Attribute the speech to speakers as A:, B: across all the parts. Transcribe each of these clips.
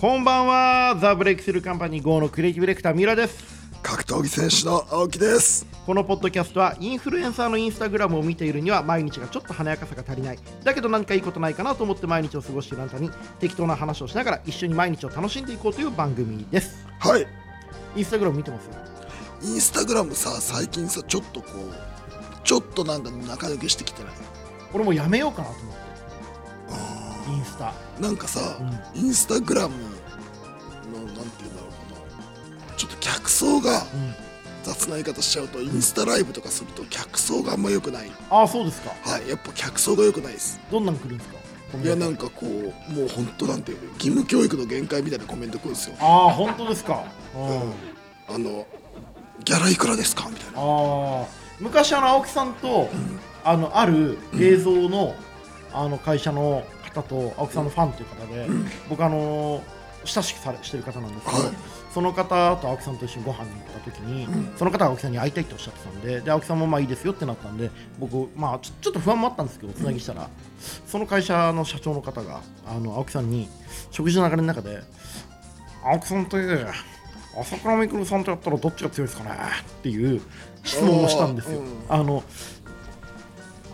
A: こんばんはザ・ブレイクスルーカンパニー GO のクリエイティブディレクター三浦です
B: 格闘技選手の青木です
A: このポッドキャストはインフルエンサーのインスタグラムを見ているには毎日がちょっと華やかさが足りないだけど何かいいことないかなと思って毎日を過ごしているあなたに適当な話をしながら一緒に毎日を楽しんでいこうという番組です
B: はい
A: インスタグラム見てます
B: インスタグラムさ最近さちょっとこうちょっとなんか中抜けしてきてない
A: 俺もうやめようかなと思って
B: あ
A: インスタ
B: ーなんかさ、インスタグラムのなんていうんだろうかなちょっと客層が
A: うん
B: 雑な言い方しちゃうとインスタライブとかすると客層があんま良くない
A: ああそうですか
B: はいやっぱ客層が良くないです
A: どんなん来るんですかコメン
B: い
A: ト
B: やなんかこうもう本当なんていうの義務教育の限界みたいなコメント来るんですよ
A: ああ本当ですかうん、
B: あのギャラいくらですかみたいな
A: ああ昔あの青木さんと、あのある映像の,、あの会社の方と青木さんのファンという方で、僕あの親しくされしてる方なんですけど、
B: はい
A: その方と青木さんと一緒にご飯に行った時に、その方が青木さんに会いたいっておっしゃってたんでで青木さんもまあいいですよってなったんで僕、まあ、ちょちょっと不安もあったんですけどつなぎしたら、その会社の社長の方があの青木さんに食事の流れの中で青木さんと朝倉未来さんとやったらどっちが強いですかねっていう質問をしたんですよ。
B: うん
A: あの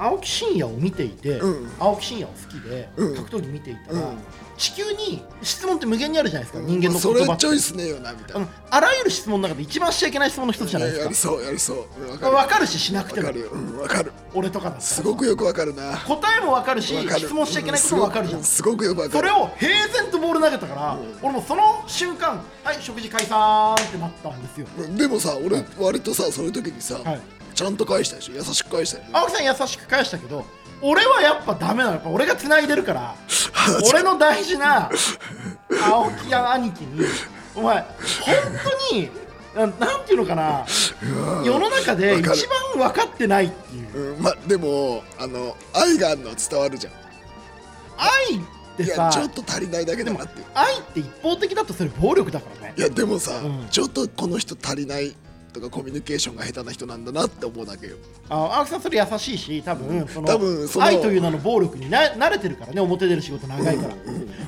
A: 青木真也を見ていて、
B: うん
A: 青木真也を好きで、
B: うん
A: 格闘技見ていたら、
B: うん
A: 地球に質問って無限にあるじゃないですか、人間の
B: そ
A: 言
B: れ
A: 葉って
B: チョイスねえよなみたい
A: あ
B: な
A: のあらゆる質問の中で一番しちゃいけない質問の一つじゃない
B: やや
A: で
B: り
A: す
B: そうやりそううんわ
A: か
B: かる
A: 分かるししなく
B: わ
A: ても
B: かるようんわかる
A: 俺とかだったら
B: すごくよくわかるなわ
A: 答えも分かるし
B: かる
A: 質問しちゃいけないことも分かるじゃん
B: うすごくよくわか
A: そ
B: る
A: れを平然とボール投げたから、俺もその瞬間はい食事解散ってなったんですよ
B: でもさ俺割とさそういう時にさ
A: はい
B: ちゃんと返したでしょ優しく返したよね
A: 青木さん優しく返したけど俺はやっぱダメなのやっぱ俺が繋いでるから俺の大事な青木や兄貴にお前本当にななんていうのかな世の中で
B: わ
A: 一
B: かる
A: 番分かってないっていう
B: うんまでもあの愛があるのは伝わるじゃん
A: 愛って
B: いや
A: さ
B: ちょっと足りないだけだなっていう
A: 愛って一方的だとそれ暴力だからね
B: いやでもさ
A: うん
B: ちょっとこの人足りないとかコミュニケーションが下手な人なんだなって思うだけよ
A: あ青木さんそれ優しいし多分その
B: 多分その
A: 愛という名の暴力にな慣れてるからね表出る仕事長いから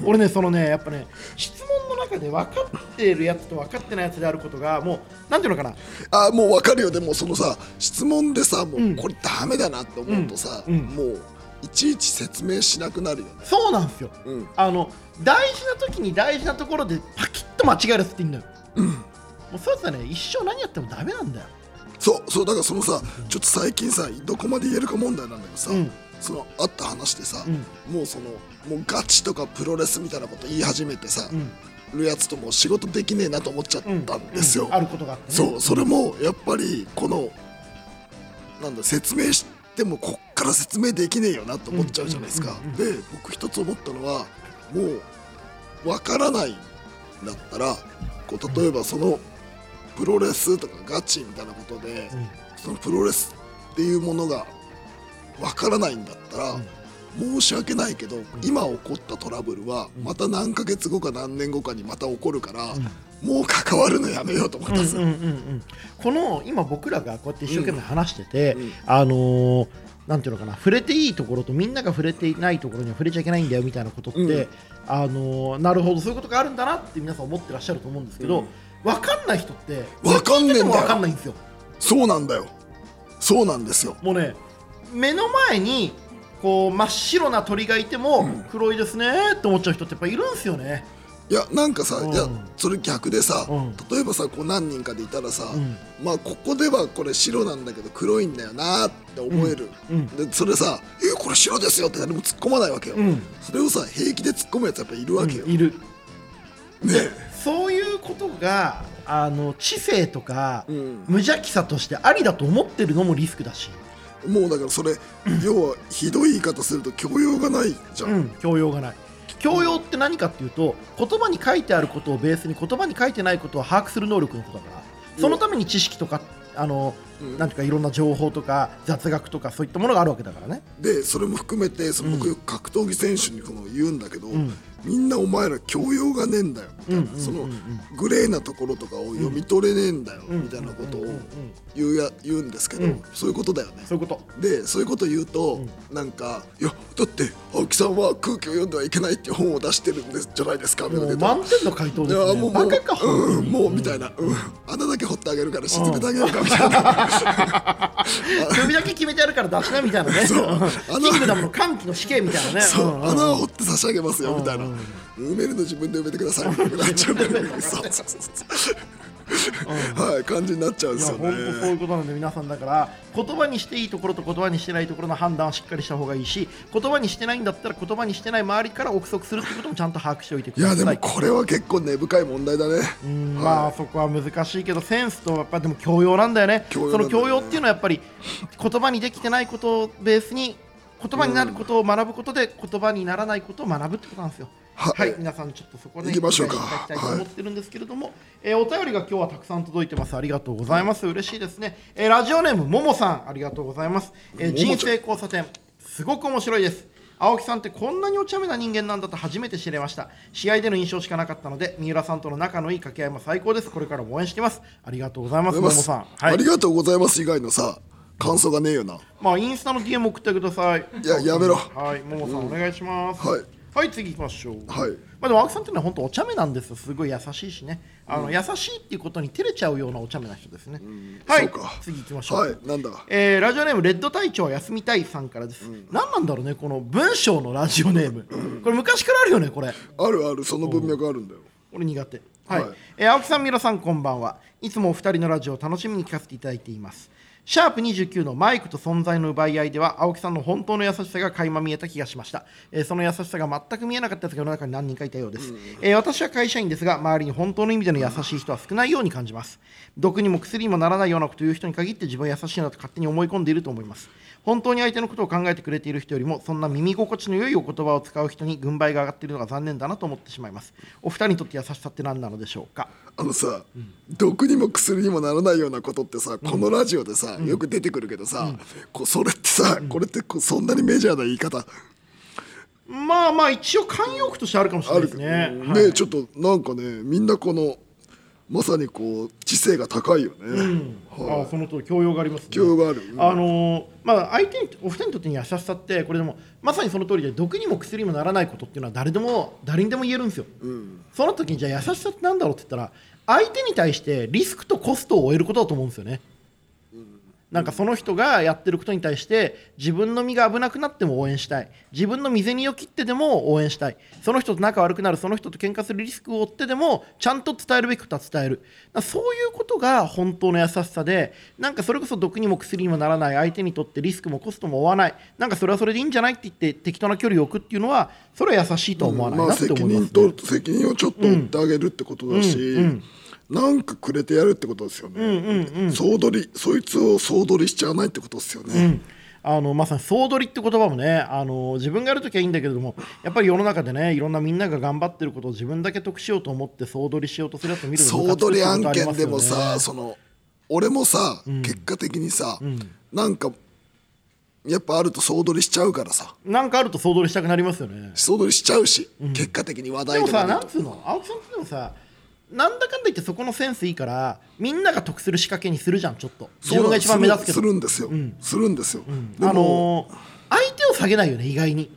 A: 俺ねそのねやっぱね質問の中で分かってるやつと分かってないやつであることがもうなんていうのかな
B: あーもうわかるよでもそのさ質問でさもうこれダメだなって思うとさ、
A: うんうん
B: もういちいち説明しなくなるよね
A: そうなんですよ
B: うん
A: あの大事な時に大事なところでパキッと間違えるやつっていいんだよ、もうそうやつはね一生何やってもダメなんだよ
B: そうそうだからそのさちょっと最近さどこまで言えるか問題なんだけどさ、
A: うん
B: そのあった話でさ、
A: う
B: もうそのもうガチとかプロレスみたいなこと言い始めてさ、
A: うん
B: るやつともう仕事できねえなと思っちゃったんですよ、
A: うんあることがあって、ね、
B: そうそれもやっぱりこのなんだ説明してもこっから説明できねえよなと思っちゃうじゃないですか、
A: うんうん
B: で僕一つ思ったのはもうわからないんだったらこう例えばそのプロレスとかガチみたいなことで、
A: うん
B: そのプロレスっていうものがわからないんだったら、申し訳ないけど、今起こったトラブルはまた何ヶ月後か何年後かにまた起こるから、もう関わるのやめようと思ったんですよ
A: うんうんうんうん、この今僕らがこうやって一生懸命話してて、
B: うんうん
A: あのーなんていうのかな触れていいところとみんなが触れていないところには触れちゃいけないんだよみたいなことって、
B: うん
A: あのーなるほどそういうことがあるんだなって皆さん思ってらっしゃると思うんですけど、
B: うん
A: わ分かんない人って
B: わかんねえんだよ
A: 分かんないんですよ
B: そうなんだよそうなんですよ
A: もうね目の前にこう真っ白な鳥がいても黒いですねって思っちゃう人ってやっぱいるんですよね。
B: いやなんかさ、
A: うん
B: いやそれ逆でさ、
A: うん
B: 例えばさこう何人かでいたらさ、
A: うん
B: まあここではこれ白なんだけど黒いんだよなーって思える、
A: うん
B: でそれさ「えこれ白ですよ」って誰も突っ込まないわけよ、
A: うん
B: それをさ平気で突っ込むやつやっぱいるわけよ、
A: いる
B: ね
A: そういうことがあの知性とか、
B: うん
A: 無邪気さとしてありだと思ってるのもリスクだし、
B: もうだからそれ要はひどい言い方すると教養がないじゃん、
A: うん、教養がない教養って何かっていうと言葉に書いてあることをベースに言葉に書いてないことを把握する能力のことだからそのために知識とかあの、
B: うん
A: なんていうかいろんな情報とか雑学とかそういったものがあるわけだからね
B: でそれも含めてその僕よく格闘技選手にこの言うんだけど、
A: ん
B: みんなお前ら教養がねえんだよみたいな、
A: うんうんうんうん
B: そのグレーなところとかを読み取れねえんだよ、みたいなことを言うや言うんですけど、
A: うん
B: そういうことだよね。
A: そういうこと
B: でそういうこと言うと、なんか「いやだって青木さんは空気を読んではいけない」っていう本を出してるんですじゃないですかみたい
A: も
B: な
A: う
B: こと言う
A: 満点
B: と
A: の回答
B: い
A: です
B: や
A: ね
B: もう
A: バカか、
B: もう
A: 本当
B: うん、
A: に
B: もうみたいな、うん、穴だけ掘ってあげるから沈めてあげるかみたいな、
A: 首だけ決めてやるから出しなみたいなね
B: そう
A: キングダムの歓喜の死刑みたいなね
B: そう、
A: んん
B: 穴を掘って差し上げますよみたいな、埋めるの自分で埋めてくださいみたいになっちゃうんだよねそうそうそうそうはい感じにな っちゃうん
A: い
B: で
A: や
B: すよ
A: 本当そう
B: ね
A: いうことなんで皆さんだから言葉にしていいところと言葉にしてないところの判断はしっかりした方がいいし言葉にしてないんだったら言葉にしてない周りから憶測するってこともちゃんと把握しておいてく
B: い
A: ださ
B: や
A: い
B: でもこれは結構根深い問題だね
A: うん
B: はい
A: まあそこは難しいけどセンスとやっぱでも教養なんだよね
B: 教養
A: そ
B: なんだ
A: の
B: よね
A: 教養っていうのはやっぱり言葉にできてないことをベースに言葉になることを学ぶことで言葉にならないことを学ぶってことなんですよ
B: は
A: はい、皆さんちょっとそこで
B: 行きましょうか
A: いただきたいと思ってるんですけれども、えーお便りが今日はたくさん届いてますありがとうございます嬉しいですね、えーラジオネームももさんありがとうございます、えー
B: ももちゃん
A: 人生交差点すごく面白いです青木さんってこんなにお茶目な人間なんだと初めて知れました試合での印象しかなかったので三浦さんとの仲のいい掛け合いも最高ですこれからも応援してますありがとうございますももさんは
B: あ
A: い
B: りがとうございます以外のさ感想がねえよな
A: まあインスタの DM 送ってください
B: いややめろ
A: はいももさんお願いします、
B: はい
A: はい次行きましょう
B: はい
A: まあ、でも青木さんっていうのは本当お茶目なんですよすごい優しいしねあの、優しいっていうことに照れちゃうようなお茶目な人ですね、はい
B: そうか
A: 次行きましょう、
B: はいなんだ
A: えーラジオネームレッド隊長は休みたいさんからです、何なんだろうねこの文章のラジオネームこれ昔からあるよねこれ
B: あるあるその文脈あるんだよ
A: 俺苦手はい、
B: はい
A: えー青木さん三浦さんこんばんはいつもお二人のラジオを楽しみに聞かせていただいていますシャープ29のマイクと存在の奪い合いでは青木さんの本当の優しさが垣間見えた気がしました、えーその優しさが全く見えなかったやつが世の中に何人かいたようです、えー私は会社員ですが周りに本当の意味での優しい人は少ないように感じます毒にも薬にもならないようなことを言う人に限って自分は優しいなと勝手に思い込んでいると思います本当に相手のことを考えてくれている人よりもそんな耳心地の良いお言葉を使う人に軍配が上がっているのが残念だなと思ってしまいますお二人にとって優しさって何なのでしょうか
B: あのさ、毒にも薬にもならないようなことってさ、このラジオでさ、よく出てくるけどさ、こうそれってさ、これってこうそんなにメジャーな言い方
A: まあまあ一応慣用句としてあるかもしれ
B: あ
A: ない
B: る
A: で
B: け
A: す
B: ど
A: ね
B: ね,、
A: はい
B: ちょっとなんかねみんなこのまさにこう知性が高いよね、
A: ああその通り教養がありますね
B: 教養があるうん
A: あのーまあ相手にお二人にとっての優しさってこれでもまさにその通りで毒にも薬にもならないことっていうのは誰でも誰にでも言えるんですよ、その時にじゃあ優しさってなんだろうって言ったら相手に対してリスクとコストを負えることだと思うんですよね、なんかその人がやってることに対して自分の身が危なくなっても応援したい自分の身銭を切ってでも応援したいその人と仲悪くなるその人と喧嘩するリスクを負ってでもちゃんと伝えるべきことは伝えるだからそういうことが本当の優しさでなんかそれこそ毒にも薬にもならない相手にとってリスクもコストも負わないなんかそれはそれでいいんじゃないって言って適当な距離を置くっていうのはそれは優しいとは思わない
B: まあ
A: なって
B: 責
A: 思います、ね
B: 任と責任をちょっと負ってあげるってことだし、なんかくれてやるってことですよね、総取りそいつを総取りしちゃわないってことですよね、
A: あのまさに総取りって言葉もねあの自分がやるときはいいんだけれどもやっぱり世の中でねいろんなみんなが頑張ってることを自分だけ得しようと思って総取りしようとするやつを見るの
B: 総取り案
A: ムカつく
B: 件でも
A: ことあり
B: さ、
A: ますよね
B: その俺もさ、結果的にさ、なんかやっぱあると総取りしちゃうからさ
A: なんかあると総取りしたくなりますよね
B: 総取りしちゃうし、結果的に
A: で
B: 話題
A: も
B: とか
A: さ
B: に
A: なんつうの青木さんってでもさなんだかんだ言ってそこのセンスいいからみんなが得する仕掛けにするじゃんちょっと自分が一番目立つけ
B: す
A: ど
B: るんですよ、するんですよ、でも、
A: あのー相手を下げないよね意外に。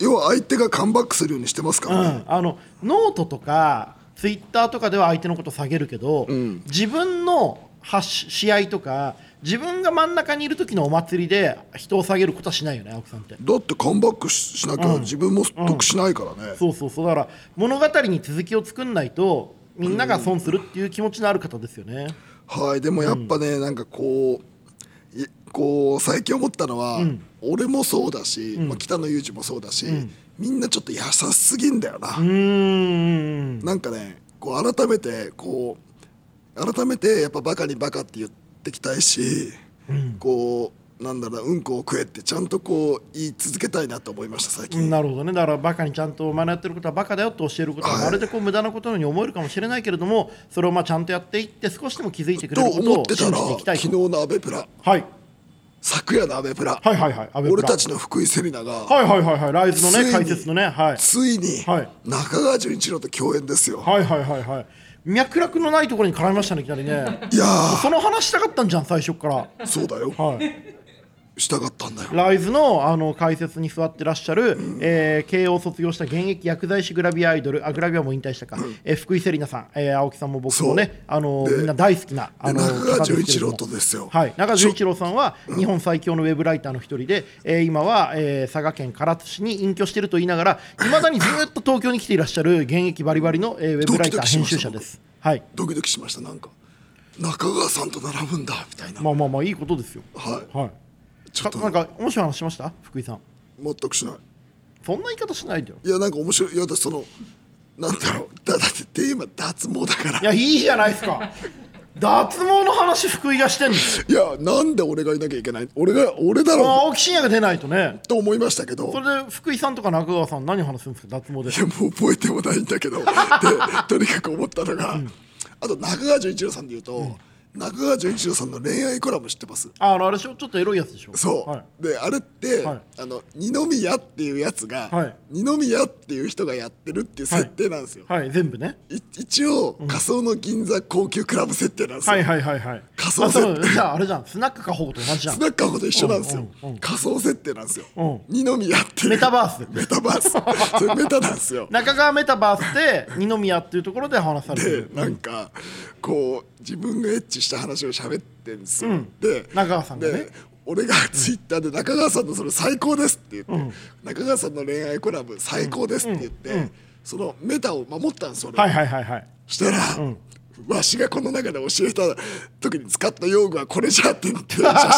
B: 要は相手がカムバックするようにしてますから、ね
A: うん、あのノートとかツイッターとかでは相手のこと下げるけど、自分の発し試合とか自分が真ん中にいる時のお祭りで人を下げることはしないよね青木さんって。
B: だってカムバックししなきゃ自分も得しないからね、
A: そうそうそうだから物語に続きを作んないとみんなが損するっていう気持ちのある方ですよね。
B: はいでもやっぱね、なんかこういこう最近思ったのは、俺もそうだし、まあ、北野裕二もそうだし、みんなちょっと優しすぎんだよな、
A: うーん
B: なんかねこう改めてこう改めてやっぱバカにバカって言ってきたいし、こうなんだろうなうんこを食えってちゃんとこう言い続けたいなと思いました最近、
A: なるほどねだからバカにちゃんとお前のやってることはバカだよって教えることは
B: はい
A: まるでこう無駄なことのように思えるかもしれないけれどもそれをまあちゃんとやっていって少しでも気づいてく
B: と
A: れること
B: 思
A: を
B: ってた
A: 信
B: ら
A: じていきた
B: 昨
A: い
B: 日
A: と
B: のアベプラ
A: はい
B: 昨夜のアベプラ
A: はいはいはいアベプラ
B: 俺たちの福井セリナが、
A: はいはいはいはいライズの
B: つい
A: ね
B: に
A: 解説のねはい
B: ついに
A: はい
B: 中川純一郎と共演ですよ、
A: はいはいはいはい脈絡のないところに絡みました ねいきなりね
B: い、やー
A: その話したかったんじゃん最初から
B: そうだよ
A: はい
B: したかったんだよ
A: ライズのあの解説に座ってらっしゃる、えー慶応を卒業した現役薬剤師グラビアアイドルあグラビアも引退したか、えー福井セリナさん、えー青木さんも僕もねあのみんな大好きなあの
B: 中川
A: 方ですけれども
B: 純一郎とですよ
A: はい、中川純一郎さんは日本最強のウェブライターの一人で、えー今は、えー佐賀県唐津市に隠居していると言いながらいまだにずっと東京に来ていらっしゃる現役バリバリの、えーウェブライター
B: ドキドキし
A: 編
B: ました
A: 集者です。はい
B: ドキドキしましたなんか中川さんと並ぶんだみたいな、
A: まあまあまあいいことですよ。
B: はい
A: はい。
B: ちょ
A: か
B: っと
A: なんか面白い話しました福井さん。
B: 全くしない
A: そんな言い方しないでよ。
B: いやなんか面白いいやだってそのなんだろうだだってテーマ脱毛だから
A: いやいいじゃないです か。脱毛の話福井がしてんの。
B: いやなんで俺がいなきゃいけない俺が俺だ
A: まあ
B: ろ
A: 青木真也が出ないとね
B: う。と思いましたけど
A: それで福井さんとか中川さん何話すんですか脱毛で
B: い。やもう覚えてもないんだ けどでとにかく思ったのが、あと中川純一郎さんで言うと、中川純一郎さんの恋愛コラム知ってます
A: ああのあれでしょちょっとエロいやつでしょ。
B: そう、
A: はい
B: であれって、
A: はい
B: あの二宮っていうやつが、
A: はい
B: 二宮っていう人がやってるっていう設定なんですよ、
A: はい全部ね。
B: い一応、仮想の銀座高級クラブ設定なんですよ、
A: はいはいはいはい。
B: 仮想
A: あそう
B: 設定
A: じゃああれじゃん、スナックかほぼと同じじゃん
B: ス。ナッカーほど一緒なんですよ、
A: うんうんうん
B: 仮想設定なんですよ、
A: うん
B: 二宮っていう
A: メタバース
B: メタバース それメタなんですよ
A: 中川メタバースで二宮っていうところで話されて
B: で
A: る。
B: なんかこう自分がエッチした話を喋ってんですよ、で
A: 中川さんがね
B: で俺がツイッターで中川さんのそれ最高ですって言って、中川さんの恋愛コラボ最高ですって言って、そのメタを守ったんですよ、俺
A: はいはいはいはい。
B: したら、わしがこの中で教えた時に使った用具はこれじゃって言って写真の時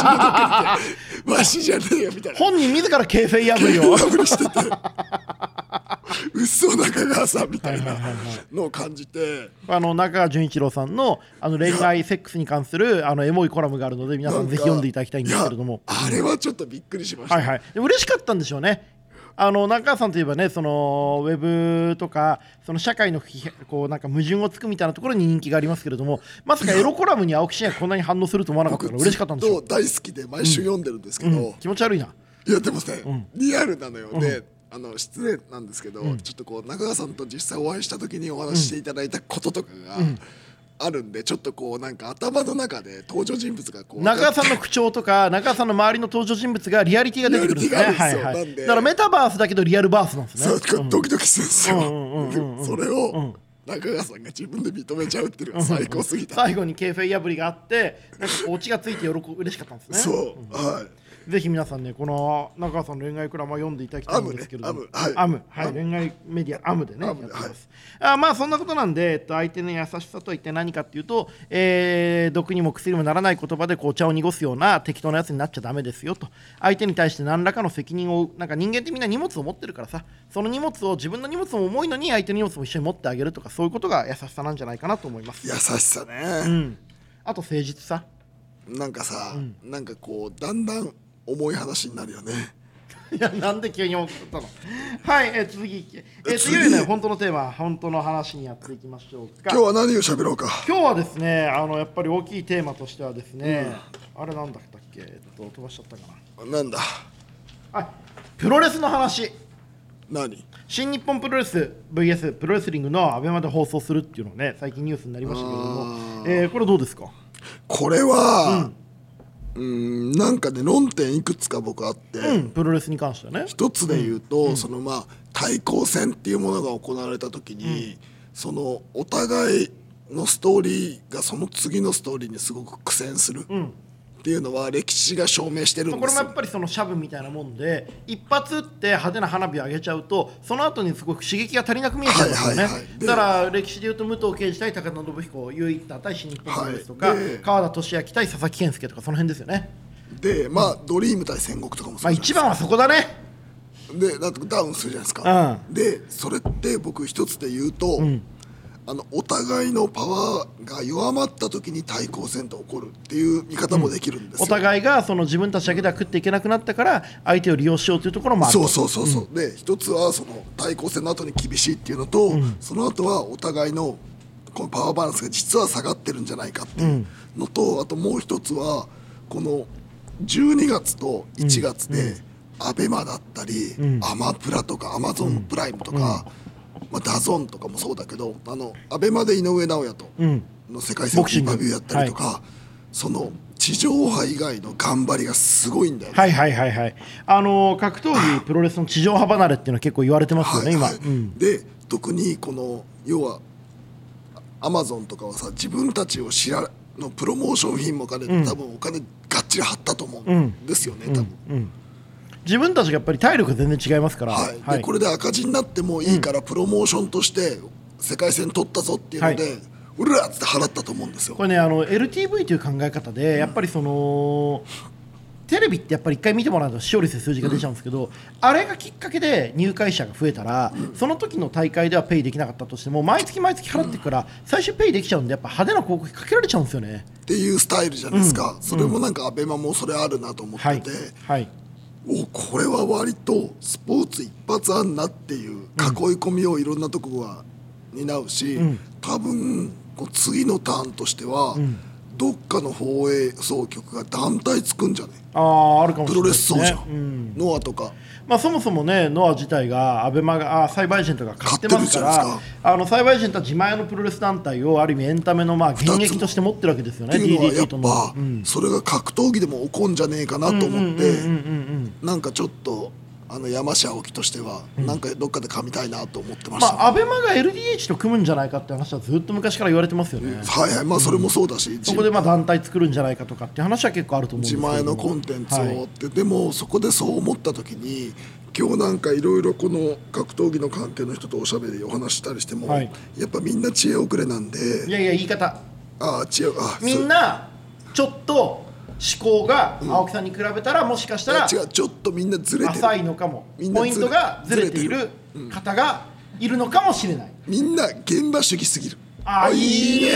B: にわしじゃねえよみ たいな
A: 本人自ら形勢破りを。
B: 破りしてて嘘中川さんみたいなのを感じて。
A: あの中川純一郎さんのあの恋愛セックスに関するあのエモいコラムがあるので皆さんぜひ読んでいただきたいんですけれども。
B: いやあれはちょっとびっくりしました、
A: はいはい、で嬉しかったんでしょうね。あの中川さんといえばねそのウェブとかその社会の批判こうなんか矛盾をつくみたいなところに人気がありますけれどもまさかエロコラムに青木真也がこんなに反応すると思わなかった
B: 僕
A: から嬉しかったんでし
B: ず
A: ょ
B: っ
A: う
B: と大好きで毎週読んでるんですけど、
A: 気持ち悪いな。
B: いやでもね、リアルなのよ、であの失礼なんですけど、ちょっとこう中川さんと実際お会いした時にお話していただいたこととかがあるんで、ちょっとこうなんか頭の中で登場人物がこう
A: 中川さんの口調とか中川さんの周りの登場人物がリアリティが出てくるんですね。
B: リアリティが
A: は
B: あ
A: い
B: るんですよ
A: は。
B: ないんで
A: だからメタバースだけどリアルバースなんです
B: そう
A: ね。
B: こうドキドキするんですよ、
A: うんうんうん
B: それを中川さんが自分で認めちゃうっていうのが最高すぎた、
A: 最後にケーフェイ破りがあってなんかこうオチがついて喜ぶ嬉しかったんですね。
B: そう、はい
A: ぜひ皆さんね、この中川さんの恋愛クラマ読んでいただきたいんですけれども、
B: アムねアムはい
A: はい恋愛メディア、アムでね、や
B: ア
A: って
B: ムで
A: ます。あまあ、そんなことなんで、えっと、相手の優しさとは一体何かっていうと、えー毒にも薬にもならない言葉で紅茶を濁すような適当なやつになっちゃだめですよと、相手に対して何らかの責任を負う、なんか人間ってみんな荷物を持ってるからさ、その荷物を自分の荷物も重いのに、相手の荷物も一緒に持ってあげるとか、そういうことが優しさなんじゃないかなと思います。
B: 優しさね、
A: うん、あと、誠実さ。
B: なんかさ、なんかこうだんだん重い話になるよね
A: いや、なんで急に送ったのはい、えー続き、えー、
B: 次
A: 次ね、本当のテーマ、本当の話にやっていきましょうか。
B: 今日は何を喋ろうか
A: 今日はですね、あの、やっぱり大きいテーマとしてはですね、あれなんだったっけ、えっと、飛ばしちゃったか
B: なんだ
A: な。あ、プロレスの話。
B: 何
A: 新日本プロレス VS プロレスリングのアベマで放送するっていうのね、最近ニュースになりましたけれども、えーこれどうですか
B: これはうーんなんかね論点いくつか僕あって、
A: うん、プロレスに関してはね。
B: 一つで言うと、そのまあ対抗戦っていうものが行われた時に、そのお互いのストーリーがその次のストーリーにすごく苦戦するっていうのは歴史が証明してるん
A: こ
B: で
A: れ
B: す
A: もや
B: よ
A: っぱりそのシャブみたいなもんで一発打って派手な花火を上げちゃうとその後にすごく刺激が足りなく見えちゃうんですよね、
B: はいはいはいで
A: だから歴史でいうと武藤敬司対高田信彦結衣太対新日本プロレスとか、
B: はいで
A: 川田俊明対佐々木健介とかその辺ですよね
B: でまあドリーム対戦国とかも
A: ま
B: そ
A: あ
B: うじゃないですか
A: 一番はそこだね
B: でだってダウンするじゃないですか、でそれって僕一つで言うと、あのお互いのパワーが弱まった時に対抗戦と起こるっていう見方もできるんですよ、
A: お互いがその自分たちだけでは食っていけなくなったから相手を利用しようというところもある
B: そうそうそうそう、で一つはその対抗戦の後に厳しいっていうのと、その後はお互いのこのパワーバランスが実は下がってるんじゃないかっていうのと、あともう一つはこの12月と1月
A: うんう
B: で
A: ん
B: アベマだったり、
A: うん
B: アマプラとかアマゾンプライムとか、まあ、ダゾンとかもそうだけどあのアベマで井上尚弥と
A: うん
B: の世界戦
A: ボクシン
B: イン
A: グ
B: タビューやったりとか、その地上波以外の頑張りがすごいんだよね。
A: はいはいはいはいあの格闘技プロレスの地上波離れっていうのは結構言われてますよね、
B: はいはい
A: 今、うん、
B: で特にこの要はアマゾンとかはさ自分たちを知らのプロモーション品も兼ねて、
A: うん
B: 多分お金がっちり張ったと思う
A: うんん
B: ですよね、
A: う
B: 多
A: ん
B: 分。
A: うん自分たちがやっぱり体力全然違いますから、
B: はいでこれで赤字になってもいいから、プロモーションとして世界戦取ったぞっていうので、
A: は
B: うらっつって払ったと思うんですよ
A: こ。れねあの LTV という考え方でやっぱりその、テレビってやっぱり一回見てもらうと視聴率で数字が出ちゃうんですけど、あれがきっかけで入会者が増えたら、その時の大会ではペイできなかったとしても毎月毎月払っていくから、最終ペイできちゃうんでやっぱ派手な広告かけられちゃうんですよね。
B: っていうスタイルじゃないですか、それもなんかアベマもそれあるなと思って
A: はい
B: て、、
A: はい
B: おこれは割とスポーツ一発あんなっていう囲い込みをいろんなとこが担うし、
A: ん
B: 多分こう次のターンとしては、どっかの放映総局が団体つくんじゃね
A: あーあるかもし
B: プ
A: れ
B: ロ
A: ない
B: レ
A: で
B: ス
A: す
B: そう
A: ね
B: じゃん、
A: うん
B: ノアとか
A: まあ、そもそもねノア自体がアベマがあ栽培人とか買ってますから
B: 買ってるじゃないです
A: あの栽培人とは自前のプロレス団体をある意味エンタメのまあ現役として持ってるわけですよ
B: って
A: ね
B: いうのはや
A: DDT
B: っ
A: との
B: ぱ、それが格闘技でも起こんじゃねえかなと思って、
A: うんうんうん
B: なんかちょっとあの山下青木としては、なんかどっかで噛みたいなと思ってまし
A: ま
B: たね、
A: あアベマが LDH と組むんじゃないかって話はずっと昔から言われてますよね、
B: はいはいまあそれもそうだし、
A: そこでまあ団体作るんじゃないかとかって話は結構あると思うんです
B: 自
A: けど
B: 前のコンテンツ
A: は
B: をっ
A: い
B: て、でもそこでそう思った時に今日なんかいろいろこの格闘技の関係の人とおしゃべりお話したりしても、
A: はい
B: やっぱみんな知恵遅れなんで
A: いやいや言い方
B: ああ知恵あ
A: みんなちょっと思考が青木さんに比べたらもしかし
B: そ
A: たら
B: ういや違うちょっとみんなずれてる
A: 浅いのかも
B: みんなず
A: ポ
B: れ
A: イントがずれている方がいるのかもしれない、
B: みんな現場主義すぎる
A: あいいね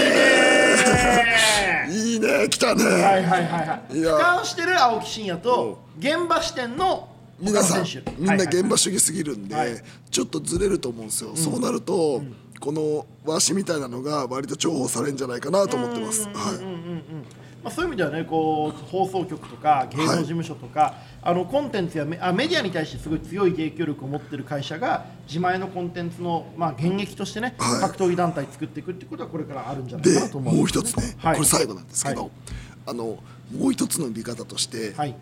A: ー
B: いいね来たね、
A: はいはいはいはい
B: いや
A: 俯瞰してる青木真也と現場視点の岡
B: 皆
A: 野
B: さん
A: 選手
B: みんな現
A: はい
B: 場主義すぎるんで、
A: はい
B: ちょっとずれると思うんですよ、そうなると、このわしみたいなのが割と重宝されるんじゃないかなと思ってます、はい
A: まあ、そういう意味ではねこう放送局とか芸能事務所とか、あのコンテンツやメあメディアに対してすごい強い影響力を持ってる会社が自前のコンテンツの、まあ、現役としてね、
B: はい
A: 格闘技団体作っていくってことはこれからあるんじゃない
B: で
A: かなと思
B: もう
A: すね
B: 一つね、
A: はい
B: これ最後なんですけど、
A: はい
B: あのもう一つの見方として、
A: はい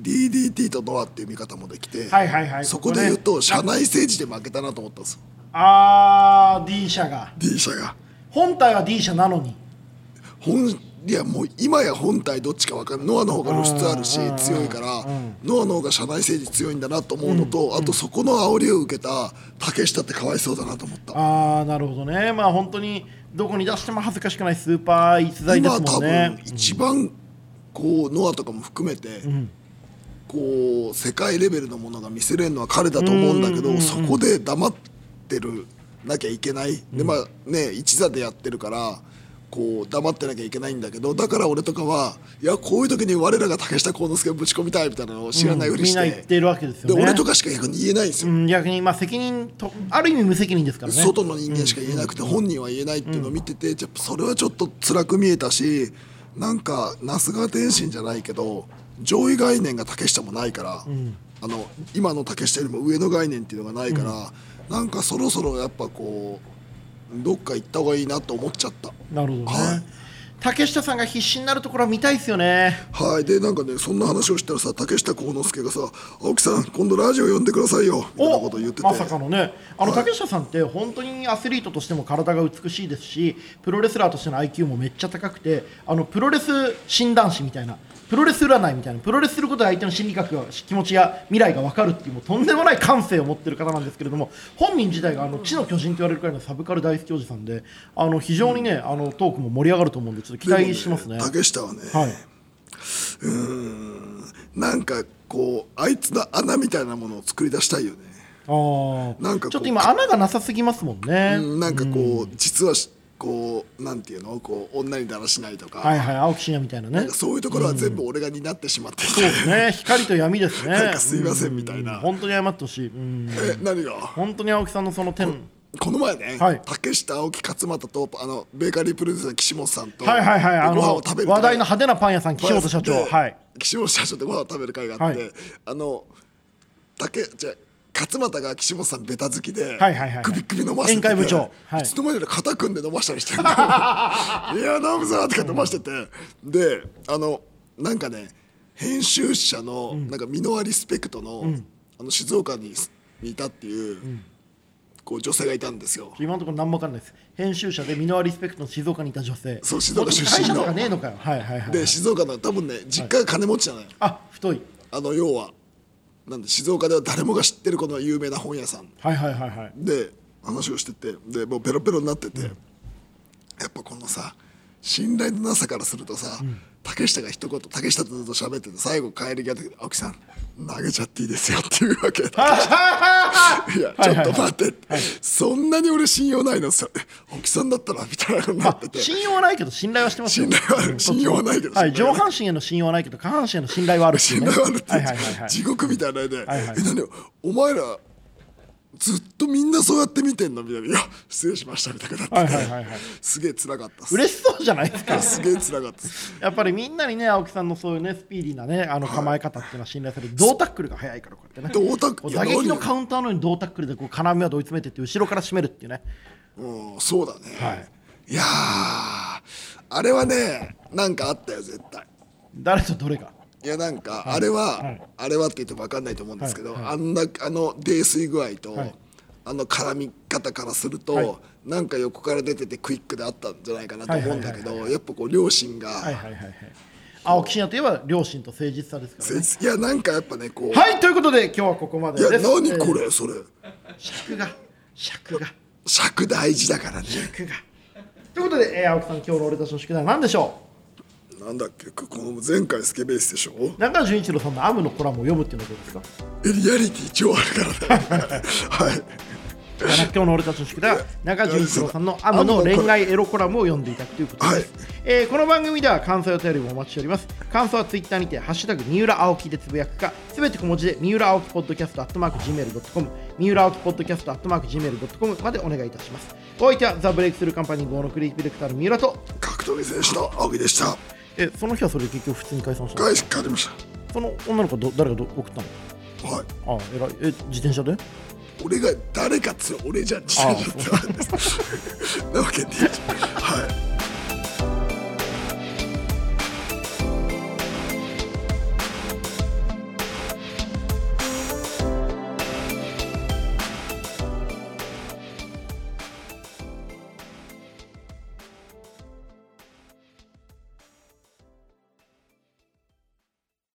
B: DDT とノアっていう見方もできて、
A: はいはいはい
B: そこで言う
A: ことこね
B: 社内政治で負けたなと思ったんですよ
A: あー D 社が
B: D 社が
A: 本体は D 社なのに
B: 本いやもう今や本体どっちか分かんないノアの方が露出あるし強いからノアの方が社内政治強いんだなと思うのと、あとそこの煽りを受けた竹下ってかわいそうだなと思った
A: ああなるほどねまあ本当にどこに出しても恥ずかしくないスーパー逸材で
B: 今
A: すも
B: 多
A: んね
B: 分一番こうノアとかも含めて、こう世界レベルのものが見せれるのは彼だと思うんだけど、そこで黙ってるなきゃいけない、でまあね一座でやってるからこう黙ってなきゃいけないんだけどだから俺とかはいやこういう時に我らが竹下幸之助をぶち込みたいみたいなのを知らないふり
A: み
B: し
A: ん
B: て、
A: な言ってるわけです
B: で
A: よね
B: 俺とかしか逆に言えないんですよ
A: う。ん逆にまあ責任とある意味無責任ですからね
B: 外の人間しか言えなくて本人は言えないっていうのを見ててやっぱそれはちょっと辛く見えたしなんか那須川天心じゃないけど上位概念が竹下もないから、あの今の竹下よりも上の概念っていうのがないから、なんかそろそろやっぱこうどっか行った方がいいなと思っちゃった。
A: なるほどね、
B: はい
A: 竹下さんが必死になるところは見たいですよね
B: はいでなんかねそんな話をしたらさ竹下幸之助がさ「青木さん今度ラジオ呼んでくださいよ」みたいなことを言ってて、
A: まさかのねあの
B: はい
A: 竹下さんって本当にアスリートとしても体が美しいですしプロレスラーとしての IQ もめっちゃ高くてあのプロレス診断士みたいなプロレス占いみたいなプロレスすることで相手の心理学が気持ちや未来が分かるっていうもうとんでもない感性を持ってる方なんですけれども本人自体があの知の巨人と言われるくらいのサブカル大好きおじさんであの非常にね、あのトークも盛り上がると思うんでちょっと期
B: でもね
A: 待してますね。
B: 竹下はね、
A: はい、
B: うーんなんかこうあいつの穴みたいなものを作り出したいよね
A: ああ
B: なんかこう
A: ちょっと今穴がなさすぎますもんね。
B: うんなんかこう実はしこうなんていうのこう女にだらしないとか、
A: はいはい青木真也みたいなね。
B: そういうところは全部俺が担ってしまっていて、
A: そうですね、光と闇ですね。
B: なんかすいませんみたい
A: う
B: な
A: ん本当に謝ってほしい。うん
B: え何が
A: 本当に青木さんのその点、
B: この前ね、
A: はい
B: 竹下青木勝俣とあのベーカリープロデューサーの岸本さんと、
A: はいはいはい、あ
B: ご飯
A: の
B: を食べる
A: 話題の派手なパン屋さん、岸本社長、
B: で
A: はい、
B: 岸本社長でご飯を食べる会があって、
A: はい
B: あの竹じゃあ勝俣が岸本さんベタ好きで、
A: はいはいはい
B: 首首伸ばしてて
A: 宴会部長はい
B: いつの間にか肩組んで伸ばしたりして るいや飲むぞとか伸ばしてて、であのなんかね編集者のなんかミノアリスペクトの,、あの静岡ににいたっていう,、こう女性がいたんですよ。
A: 今のところ何も分かんないです、編集者でミノアリスペクトの静岡にいた女性、
B: そう静岡出身
A: 会社
B: の
A: とかねえのかよ、はいはいはい、
B: で静岡の多分ね実家が金持ちじゃない、
A: あ太い、
B: あの要はなんで静岡では誰もが知ってるこの有名な本屋さん
A: はいはいはいはい、
B: で話をしててでもうペロペロになってて、やっぱこのさ信頼のなさからするとさ、竹下が一言竹下とずっと喋ってて最後帰り際で「青木さん投げちゃっていいですよ」っていうわけいやちょっと待って、そんなに俺信用ないのさ青木さんだったらみたいなのになってて
A: 信用はないけど、信頼はしてますよ
B: 信頼はある信用はないけど、
A: はい、
B: 信頼
A: 上
B: はない
A: 半身への信用はないけど、下半身への信頼はあるってい
B: 信
A: うね
B: 頼はあるって、
A: はいはいはいはい
B: 地獄みたいな絵で、
A: はいはい
B: え何お前らずっとみんなそうやって見てんのみたいな「いや失礼しました」みたいな
A: はいはいはいはい
B: すげえ辛かったっす
A: 嬉しそうじゃないですか。
B: すげえ辛かったっす
A: やっぱりみんなにね、青木さんのそういうね、スピーディーなね、あの構え方っていうのは信頼される、胴タックルが早いから、こうやってね。
B: 同卓
A: こう
B: い
A: 打
B: や
A: 撃の
B: 何
A: カウンターのように胴タックルでこう要は追い詰めてって後ろから締めるっていうね
B: うんそうだね、
A: はい
B: い、やーあれはねなんかあったよ絶対
A: 誰とどれが
B: いやなんかあれは、
A: はい
B: あれはって言っても分かんないと思うんですけど、
A: はい
B: あんなあの泥酔具合と、
A: はい
B: あの絡み方からすると、
A: はい
B: なんか横から出ててクイックであったんじゃないかなと思うんだけ
A: はい
B: どやっぱこう両親が、
A: はいはいはいはい青木真也といえば両親と誠実さですから、
B: せ
A: ね、
B: ついやなんかやっぱねこう、
A: はいということで今日はここまで
B: いや
A: です
B: 何こ
A: え
B: れそれ
A: ー尺が尺が
B: 尺大事だからね
A: 尺がということで、えー青木さん今日の俺たちの宿題は何でしょ
B: なんだっけこの前回スケベースでしょ
A: う中川純一郎さんのアムのコラムを読むっていうのはどうですか
B: えリアリティ超あるからね はい
A: 今日の俺たちの宿題は中純一郎さんの「アムの恋愛エロコラム」を読んでいただくということです、
B: はい
A: えーこの番組では感想やお便りもお待ちしております感想はツイッターにて「ハッシュタグ三浦青木」でつぶやくかすべて小文字で三浦青木ポッドキャストアットマーク Gmail.com 三浦青木ポッドキャストアットマーク Gmail.com までお願いいたしますお相手はザ・ブレイクスルーカンパニー号のクリエイティブディレクターの三浦と
B: 格闘技選手の青木でした
A: えその日はそれで結局普通に解散したの
B: 返し帰りまし
A: その女の子はど誰がど送ったの
B: たはい
A: あえらいえ自転車で
B: 俺が誰かっつう俺じゃん自転車ってなんですなわけねえじゃんはい